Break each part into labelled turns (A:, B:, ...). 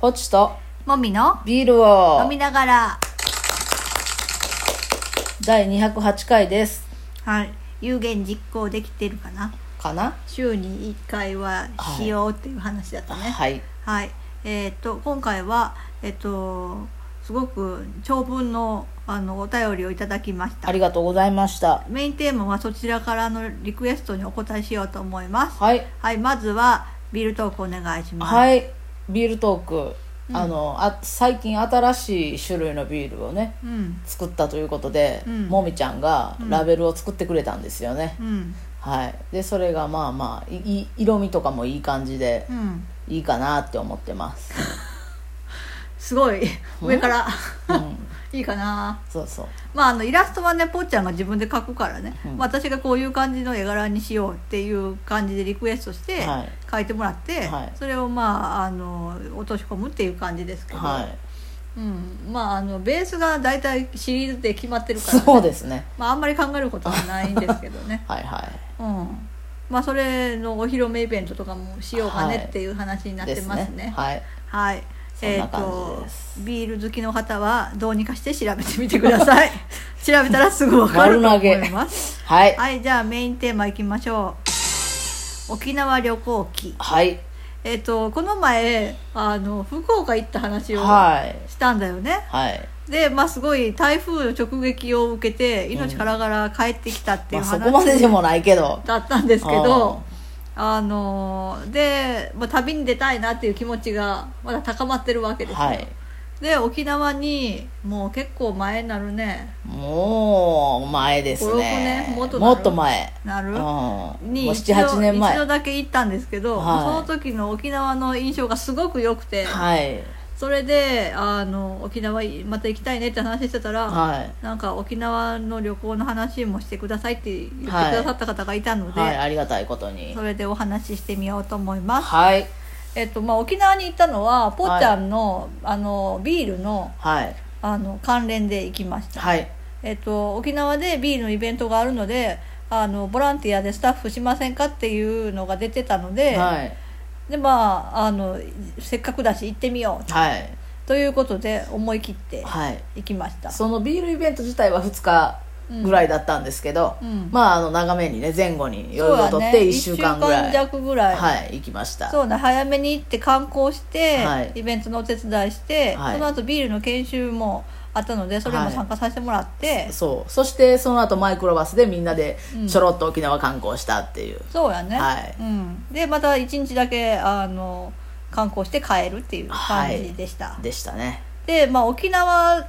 A: ポチと
B: もみの
A: ビール
B: 飲
A: を
B: みながら、
A: 第208回です
B: はい、有言実行できてるかな
A: かな、
B: 週に1回はしようっていう話だったね
A: はい
B: はい、えーっと今回はえっとすごく長文のあのお便りをいただきまし
A: あ
B: た
A: りがとうございました
B: メインテーマはそちらからのリクエストにお答えしようと思います
A: はい
B: はいまずはビールトークお願いします
A: はいビールトーク、あのあ最近新しい種類のビールをね
B: うん
A: 作ったということで、
B: うん
A: もみちゃんがラベルを作ってくれたんですよね、
B: うん
A: はいでそれがまあまあいい色味とかもいい感じで
B: うん
A: いいかなって思ってます、
B: すごい上から
A: うん、
B: いいかな
A: そうそう
B: まあ、あのイラストはねぽっちゃんが自分で描くからね、
A: うん
B: まあ私がこういう感じの絵柄にしようっていう感じでリクエストして
A: はい
B: 描いてもらって、
A: はい
B: それをまああの落とし込むっていう感じですけど、
A: はい
B: うん、まああのベースが大体シリーズで決まってるから、ね
A: そうですね、
B: まあ、あんまり考えることはないんですけど ね
A: はいはい
B: うんまあ、それのお披露目イベントとかもしようか
A: はい
B: ねっていう話になってます
A: です
B: ね。
A: はい
B: はい、
A: そん
B: え
A: な
B: っ、
A: 感
B: と
A: じです
B: ビール好きの方はどうにかして調べてみてく ださい調べたらすぐわかると思います
A: はい
B: はいじゃあメインテーマいきましょう沖縄旅行記
A: はい
B: えっ、とこの前あの福岡行った話を
A: はい
B: したんだよね、
A: はい
B: でまあすごい台風直撃を受けて命からがら帰ってきたってい
A: まあ、
B: う
A: そこまで
B: 話
A: でもないけど
B: だったんですけど、あのーで、まあ、旅に出たいなっていう気持ちがまだ高まってるわけですよ、
A: はい
B: で沖縄にもう結構前になるね
A: もう前ですね
B: 5 6年もっとな
A: も
B: る
A: っと前
B: なる
A: うん、もう
B: に一
A: 78
B: 度
A: 年
B: 一度
A: 前
B: だけ行ったんですけど、
A: はい
B: その時の沖縄の印象がすごく良くて、
A: はい
B: それであの沖縄また行きたいねって話してたら、
A: はい
B: なんか沖縄の旅行の話もしてくださいって言ってく
A: はい
B: ださった方がいたので、
A: はいありがたいことに
B: それでお話ししてみようと思います。
A: はい
B: えっとまあ、沖縄に行ったのはぽっちゃんの,、あのビールの
A: はい
B: あの関連で行きました、
A: はい
B: えっと、沖縄でビールのイベントがあるのであのボランティアでスタッフしませんかっていうのが出てたので,、
A: はい
B: でまあ、あのせっかくだし行ってみよう
A: はい
B: ということで思い切って
A: はい
B: 行きました、
A: そのビールイベント自体は2日ぐらいだったんですけど、
B: うん
A: まああの長めにね前後に
B: そう
A: 夜
B: だ
A: をとって1週間ぐら
B: 1
A: い、
B: 週間弱ぐらい、
A: はい行きました
B: そうだ早めに行って観光して、
A: はい
B: イベントのお手伝いして、
A: はい
B: その後ビールの研修もあったのでそれも参加させてもらって、
A: そうそしてその後マイクロバスでみんなで
B: うん
A: ちょろっと沖縄観光したっていう、
B: そうやね、
A: はい
B: うん、でまた1日だけあの観光して帰るっていう感じでした、
A: でしたね
B: で、まあ、沖縄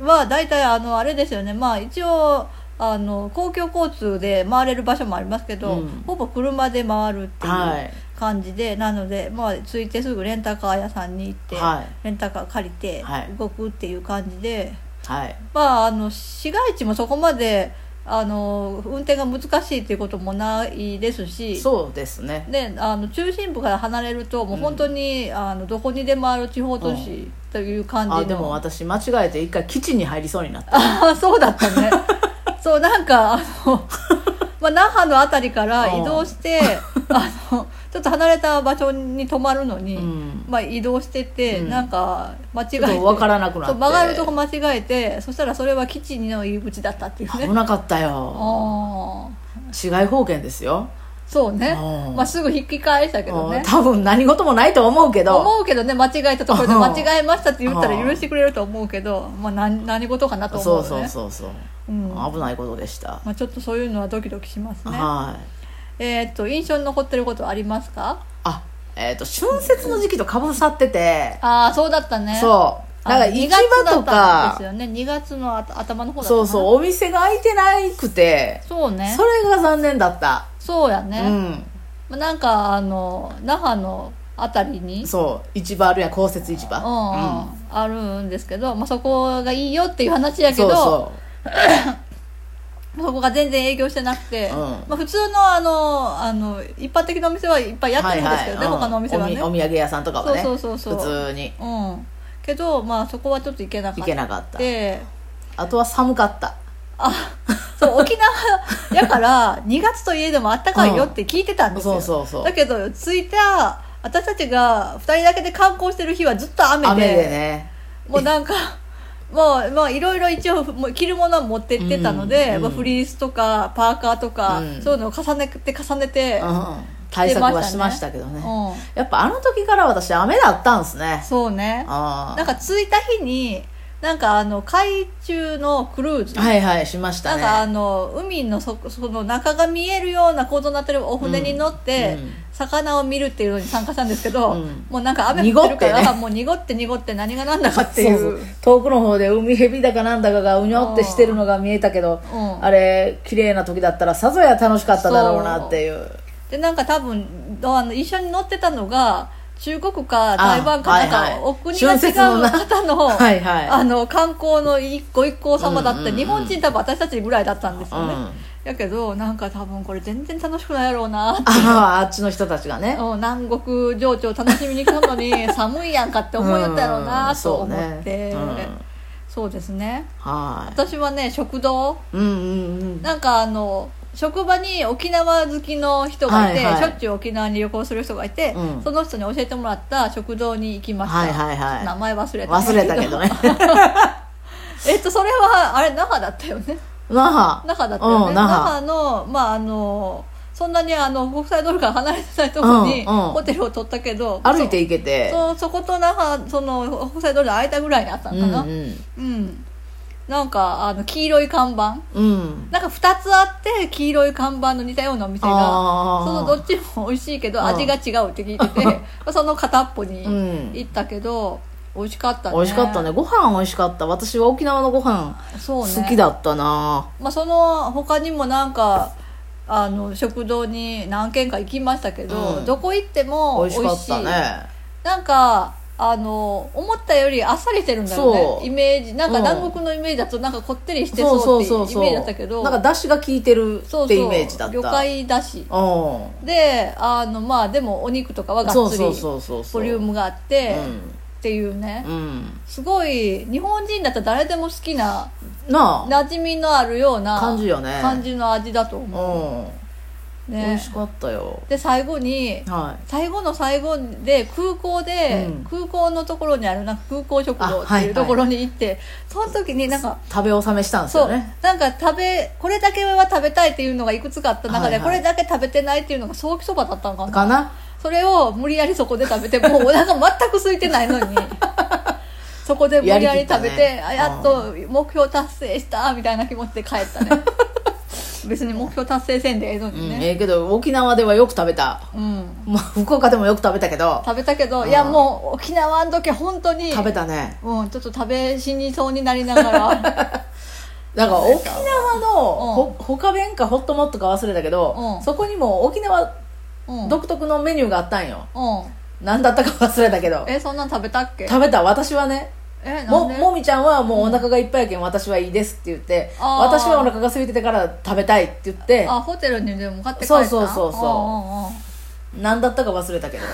B: は大体あのあれですよねまあ一応あの公共交通で回れる場所もありますけど、
A: うん
B: ほぼ車で回るって
A: は
B: いう
A: い
B: 感じで、なので、まあ、着いてすぐレンタカー屋さんに行って、
A: はい
B: レンタカー借りて
A: はい
B: 動くっていう感じで、
A: はい
B: まああの市街地もそこまであの運転が難しいっていうこともないですし
A: そうですね
B: であの中心部から離れるともう本当に、あのどこにでもある地方都市という感じの、
A: あでも私間違えて一回基地に入りそうになった
B: あーそうだった ねそうなんかあの、 まあ、那覇の辺りから移 動して、あのちょっと離れた場所に泊まるのに、
A: うん
B: まあ、移動してて、
A: うん
B: なんか間違え
A: ち
B: て
A: ょっと分からなくなっ
B: そ
A: て
B: う曲がるとこ間違えてそしたらそれは基地の入り口だったっていう
A: 危
B: ね
A: なかった
B: あ
A: よ
B: あ
A: 市外保険ですよ、
B: そうね
A: うん
B: まあすぐ引き返したけど
A: うん
B: ね
A: 多分何事もないと思うけど
B: 思うけどね間違えたところで
A: うん
B: 間違えましたって言ったら許してくれると思うけど、まあ、何何事かなと思う
A: そ
B: よ
A: う
B: ね
A: そうそうそう、
B: うんま
A: 危ないことでした、
B: あ、ちょっとそういうのはドキドキしますね
A: はい
B: えーっと印象に残ってることありますか
A: あえっ、と春節の時期とかぶさってて、
B: ああそうだったねう
A: そうなんか市場と
B: で
A: か
B: すよね2月のあ頭の方だったか
A: そ
B: な
A: うそうお店が開いてないくて
B: そうね
A: それが残念だった、
B: そうや
A: う
B: ね、
A: ん
B: まあなんかあの那覇のあたりに
A: そう市場あるやん公設市場
B: うんうん
A: ん
B: あるんですけど、まあ、そこがいいよっていう話やけ
A: そ
B: ど
A: う
B: そ
A: そう
B: こが全然営業してなくて、
A: うん
B: まあ、普通のあのあの一般的なお店はいっぱいやってるんですけどね、
A: うん
B: 他のお店はね
A: おみお土産屋さんとかはね
B: そうそうそうそう
A: 普通に
B: うんけど、まあ、そこはちょっと行けなか
A: 行
B: っ
A: けなかった
B: たで
A: あとは寒かった
B: あ そう沖縄やから2月といえどもあったかいよって聞いてたんですよ、
A: そうそうそう
B: だけど着いた私たちが2人だけで観光してる日はずっと雨で
A: 雨でね
B: もうなんかもうまあいろいろ一応もう着るものは持ってってたので、
A: うん
B: まあ、フリースとかパーカーとか、
A: うん
B: そういうのを重ねて重ねて、
A: うん、対策はしましたけどね
B: うん
A: やっぱあの時から私雨だったんですね
B: そうね
A: あ
B: なんか着いた日になんかあの海中のクルーズ、
A: あはいはいしまし
B: な
A: た
B: んかあ
A: ね
B: の海のそその中が見えるような構造になってるお船に乗って、
A: うんうん
B: 魚を見るっていうのに参加したんですけど、
A: うん
B: もうなんか雨降ってるから
A: 濁ってね
B: もう濁って濁って何が何だかっていう
A: そうそう遠くの方で海蛇だかなんだかがうにょってしてるのが見えたけど、
B: うん
A: あれ綺麗な時だったらさぞや楽しかっただろうなっていう
B: でなんか多分どあの一緒に乗ってたのが中国か台湾かなんか、
A: はいはい
B: お国が違う
A: 春節のな
B: 方 の
A: はいはい
B: あの観光の一個一個様だって、
A: うんうんうん
B: 日本人多分私たちぐらいだったんです
A: うん
B: よね、やけどなんか多分これ全然楽しくないやろうなって
A: あああっちの人たちがね
B: うん南国情緒楽しみに来たの に寒いやんかって思いよったやろうなと思って、
A: うん
B: そう
A: そうねうん
B: ですね
A: はい
B: 私はね食堂
A: うんうんうん
B: なんかあの職場に沖縄好きの人がいて、
A: はいはい
B: しょっちゅう沖縄に旅行する人がいて、
A: うん
B: その人に教えてもらった食堂に行きました、
A: はいはいはい
B: 名前忘れた
A: 忘れたけどね
B: えっとそれはあれ那覇だったよね
A: 那覇
B: 那覇だったよ
A: う
B: ね
A: ん
B: 那
A: 那
B: 覇
A: 覇
B: のまああのそんなにあの国際通りから離れてないところに
A: うんうん
B: ホテルを取ったけど、
A: 歩いて行けて
B: そうそこと那覇その国際通りの間ぐらいにあった
A: う
B: のかなうん、
A: ん
B: なんかあの黄色い看板
A: うんうん
B: なんか2つあって黄色い看板の似たようなお店がそのど
A: あ
B: っちも美味しいけど
A: うん
B: 味が違うって聞いててま あその片っぽ
A: あう
B: に
A: ん
B: 行ったけど、美味しかったね
A: 美味しかったねご飯美味しかった私は沖縄のご飯
B: そうね
A: 好きだったな
B: まあ、その他にもなんかあの食堂に何軒か行きましたけど、
A: うん
B: どこ行っても
A: 美
B: 美
A: 味
B: 味
A: し
B: しい
A: かったね
B: なんかあの思ったよりあっさりしてるんだよ
A: そ
B: ね
A: う
B: イメージなんか
A: うん
B: 南国のイメージだとなんかこってりして
A: そう
B: そ
A: そうう
B: ってい
A: そうう
B: イ
A: そう
B: メージだったけど
A: なんか出汁が効いてる
B: そうそう
A: ってイメージだった
B: 魚介だし
A: うん
B: であのまあでもお肉とかはが
A: そ
B: っ
A: う
B: つ
A: そ
B: り
A: うそうそうそう
B: ボリュームがあってっていうね
A: うん、うん
B: すごい日本人だったら誰でも好きな
A: なあ
B: 馴染みのあるような
A: 感じよね
B: 感じの味だと思
A: う
B: う、
A: ん美
B: ね
A: 味し、かったよ
B: で最後に
A: はい
B: 最後の最後で空港で、
A: うん
B: 空港のところにあるなんか空港食堂
A: あ
B: っ
A: は
B: て
A: い
B: い
A: は
B: う
A: い
B: ところに行って、その時になんか
A: 食べ納めしたんです
B: そ
A: よ
B: う、
A: ね
B: なんか食べこれだけは食べたいっていうのがいくつかあった中で、
A: はいはい
B: これだけ食べてないっていうのがソーキそばだったのかな
A: かな
B: それを無理やりそこで食べてもうお腹全く空いてないの にそこで無理やり食べて
A: やりきったね
B: あやっと目標達成したみたいな気持ちで帰った ね別に目標達成せんでええの
A: うん
B: に
A: え
B: ね、
A: えけど沖縄ではよく食べた
B: うん、
A: まあ 福岡でもよく食べたけど
B: 食べたけど、
A: うん
B: いやもう沖縄の時本当に
A: 食べたね
B: うん、ちょっと食べ死にそうになりなが ら
A: だから沖縄の
B: うん
A: ほ他弁かホットモットか忘れたけど
B: うん
A: そこにも沖縄
B: うん、
A: 独特のメニューがあったんよ
B: うん、
A: 何だったか忘れたけど
B: えそんなん食べたっけ
A: 食べた私はね
B: えなん
A: も
B: で
A: もみちゃんはもうお腹がいっぱいやけん私はいいですって言って
B: あー
A: 私はお腹が空いててから食べたいって言って
B: あホテルにでも買って帰った
A: そうそうそうそうん
B: うんうん
A: 何だったか忘れたけど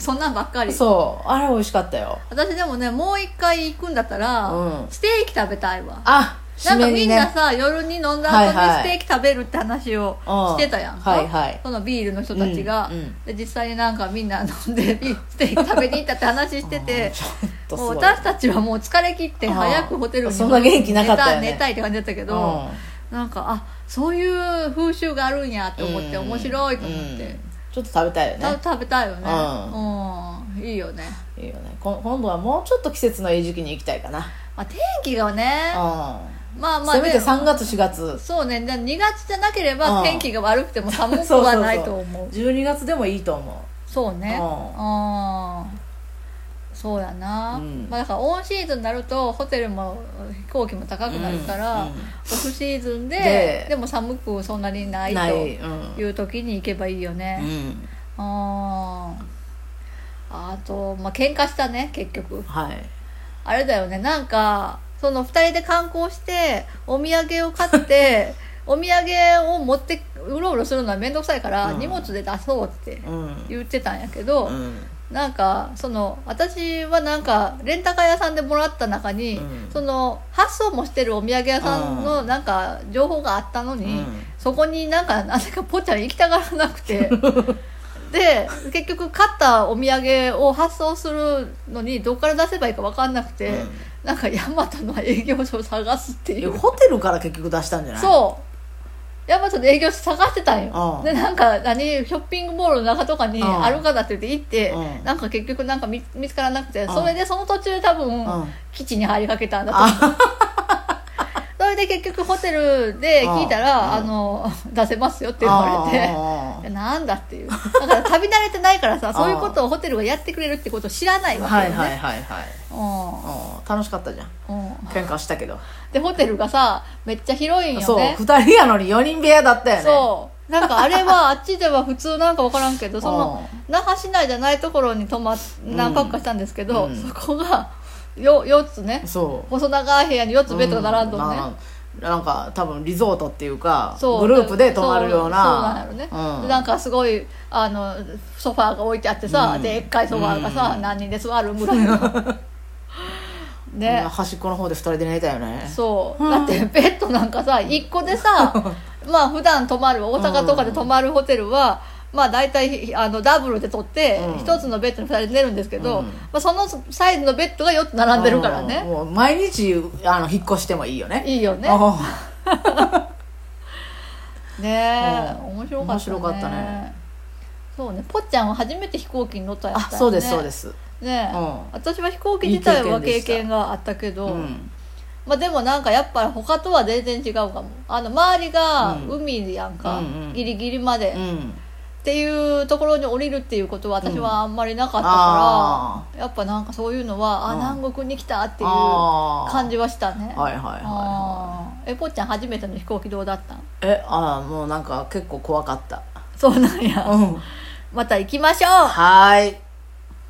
B: そんなんばっかり
A: そうあれ美味しかったよ
B: 私でもねもう一回行くんだったら、
A: うん
B: ステーキ食べたいわ
A: あ
B: な
A: 締
B: んか
A: め
B: み
A: に
B: んな
A: ね
B: さ、夜に飲んだ
A: はい
B: 後
A: は
B: にス
A: い
B: テーキ食べるって話をしてたやんか、
A: うんはいはい
B: そのビールの人たちが、
A: うんうん
B: で実際になんかみんな飲ん でビステーキ食べに行ったって話してて
A: ちょっとす
B: もう
A: ごい
B: 私たちはもう疲れ切って
A: うん
B: 早くホテルに
A: そんな元気なかったよね
B: 寝たい寝たいって感じだったけど、なんかあそういう風習があるんやと思って、
A: うん
B: 面白いと思っ
A: うん
B: て、
A: ちょっと食べたいよ
B: た
A: ね
B: 食べたいよね
A: う
B: うん、いいよね、
A: いいよねこ今度はもうちょっと季節のいい時期に行きたいかな
B: まあ、天気がね
A: う
B: まあ
A: ん
B: まあ
A: せめて
B: でも
A: 3月4月
B: そうねで2月じゃなけれ
A: う
B: ば
A: ん
B: 天気が悪くても寒 く
A: そう
B: は
A: そう
B: ない
A: そ
B: と
A: う
B: 思う
A: 12月でもいいと思
B: そうね
A: うん
B: あーそうやな、
A: うん
B: まあ、だからオンシーズンになるとホテルも飛行機も高くなるから、
A: うんうん
B: オフシーズンでで
A: で
B: も寒くそんなにな
A: う
B: い
A: ない
B: と
A: うん
B: いう時に行けばいいよ
A: う
B: ね、
A: ん
B: あーあとまあ喧嘩したね結局
A: はい
B: あれだよねなんかその2人で観光してお土産を買って お土産を持ってうろうろするのは面倒くさいから、
A: うん
B: 荷物で出そうって
A: うん
B: 言ってたんやけど、
A: うん
B: なんかその私はなんかレンタカー屋さんでもらった中に、
A: うん
B: その発送もしてるお土産屋さんのなんか情報があったのに、
A: うん
B: そこになんかなぜかぽっちゃん行きたがらなくてで結局買ったお土産を発送するのにどこから出せばいいか分かんなくて、
A: うん
B: なんかヤマトの営業所を探すって
A: い
B: い
A: や
B: う
A: ホテルから結局出したんじゃない
B: そうヤマトの営業所探してたんよ
A: うん
B: でなんか何ショッピングモールの中とかに
A: うん
B: あるかなって言って行って、
A: うん
B: なんか結局なんか見見つからなくて、
A: ん
B: それでその途中で多分、
A: うん
B: 基地に入りかけたんだと思う それで結局ホテルで聞いたら「あ
A: うん
B: の出せますよ」って言われて。
A: あー
B: なんだっていうだから旅慣れてないからさそういうことをホテルがやってくれるってことを知らないわけよ
A: は
B: ね、
A: いはいはいはいうん楽しかったじゃん
B: うんうん、
A: 喧嘩したけど、
B: でホテルがさめっちゃ広いんよね
A: そう2人やのに4人部屋だったよね
B: そうなんかあ れはあっちでは普通なんか分からんけどその那覇市内じゃないところに泊まっ
A: うん
B: 何泊かしたんですけど、
A: うん
B: そこがよ4つね
A: そう
B: 細長い部屋に4つベッドが並んどんね、
A: まあなんか多分リゾートっていうか
B: そう
A: グループで泊まるような
B: そうそうなんやろね、
A: うん
B: でなんかすごいあのソファーが置いてあってさ、
A: うん
B: でっかいソファーがさ、
A: うん
B: 何人で座るぐらいの ね
A: 端っこの方で2人で寝たよね
B: そうだってベッドなんかさ1個 でさまあ普段泊まる大阪とかで泊まるホテルは、まあ大体あのダブルで取って
A: うん
B: 1つのベッドに2人で寝るんですけど、
A: うん
B: まあ、そのサイズのベッドが4つ並んでるから
A: うん
B: ね、
A: もう毎日あの引っ越してもいいよね
B: いいよね
A: うん
B: ねえ、
A: う
B: 面白かったね
A: 面白かったね
B: そうねぽっちゃんは初めて飛行機に乗ったや
A: あ
B: つだ
A: そ
B: よね
A: うですそうです
B: ねえ、
A: うん
B: 私は飛行機自体はい
A: い経験で
B: 経
A: した
B: 験があったけど
A: うん
B: まあ、でもなんかやっぱ他とは全然違うかもあの周りが
A: うん
B: 海やんか、
A: うんうん
B: ギリギリまで、
A: う
B: っ
A: ん
B: ていうところに降りるっていうことは私はあんまりなかったから、やっぱなんかそういうのはあ、
A: うん
B: 南国に来たっていう
A: あー
B: 感じはしたね
A: はいはいはいは
B: あーえぽっちゃん初めての飛行機どうだったん
A: いえあーもうなんか結構怖かった
B: そうなんや、
A: うん
B: また行きましょう
A: はーい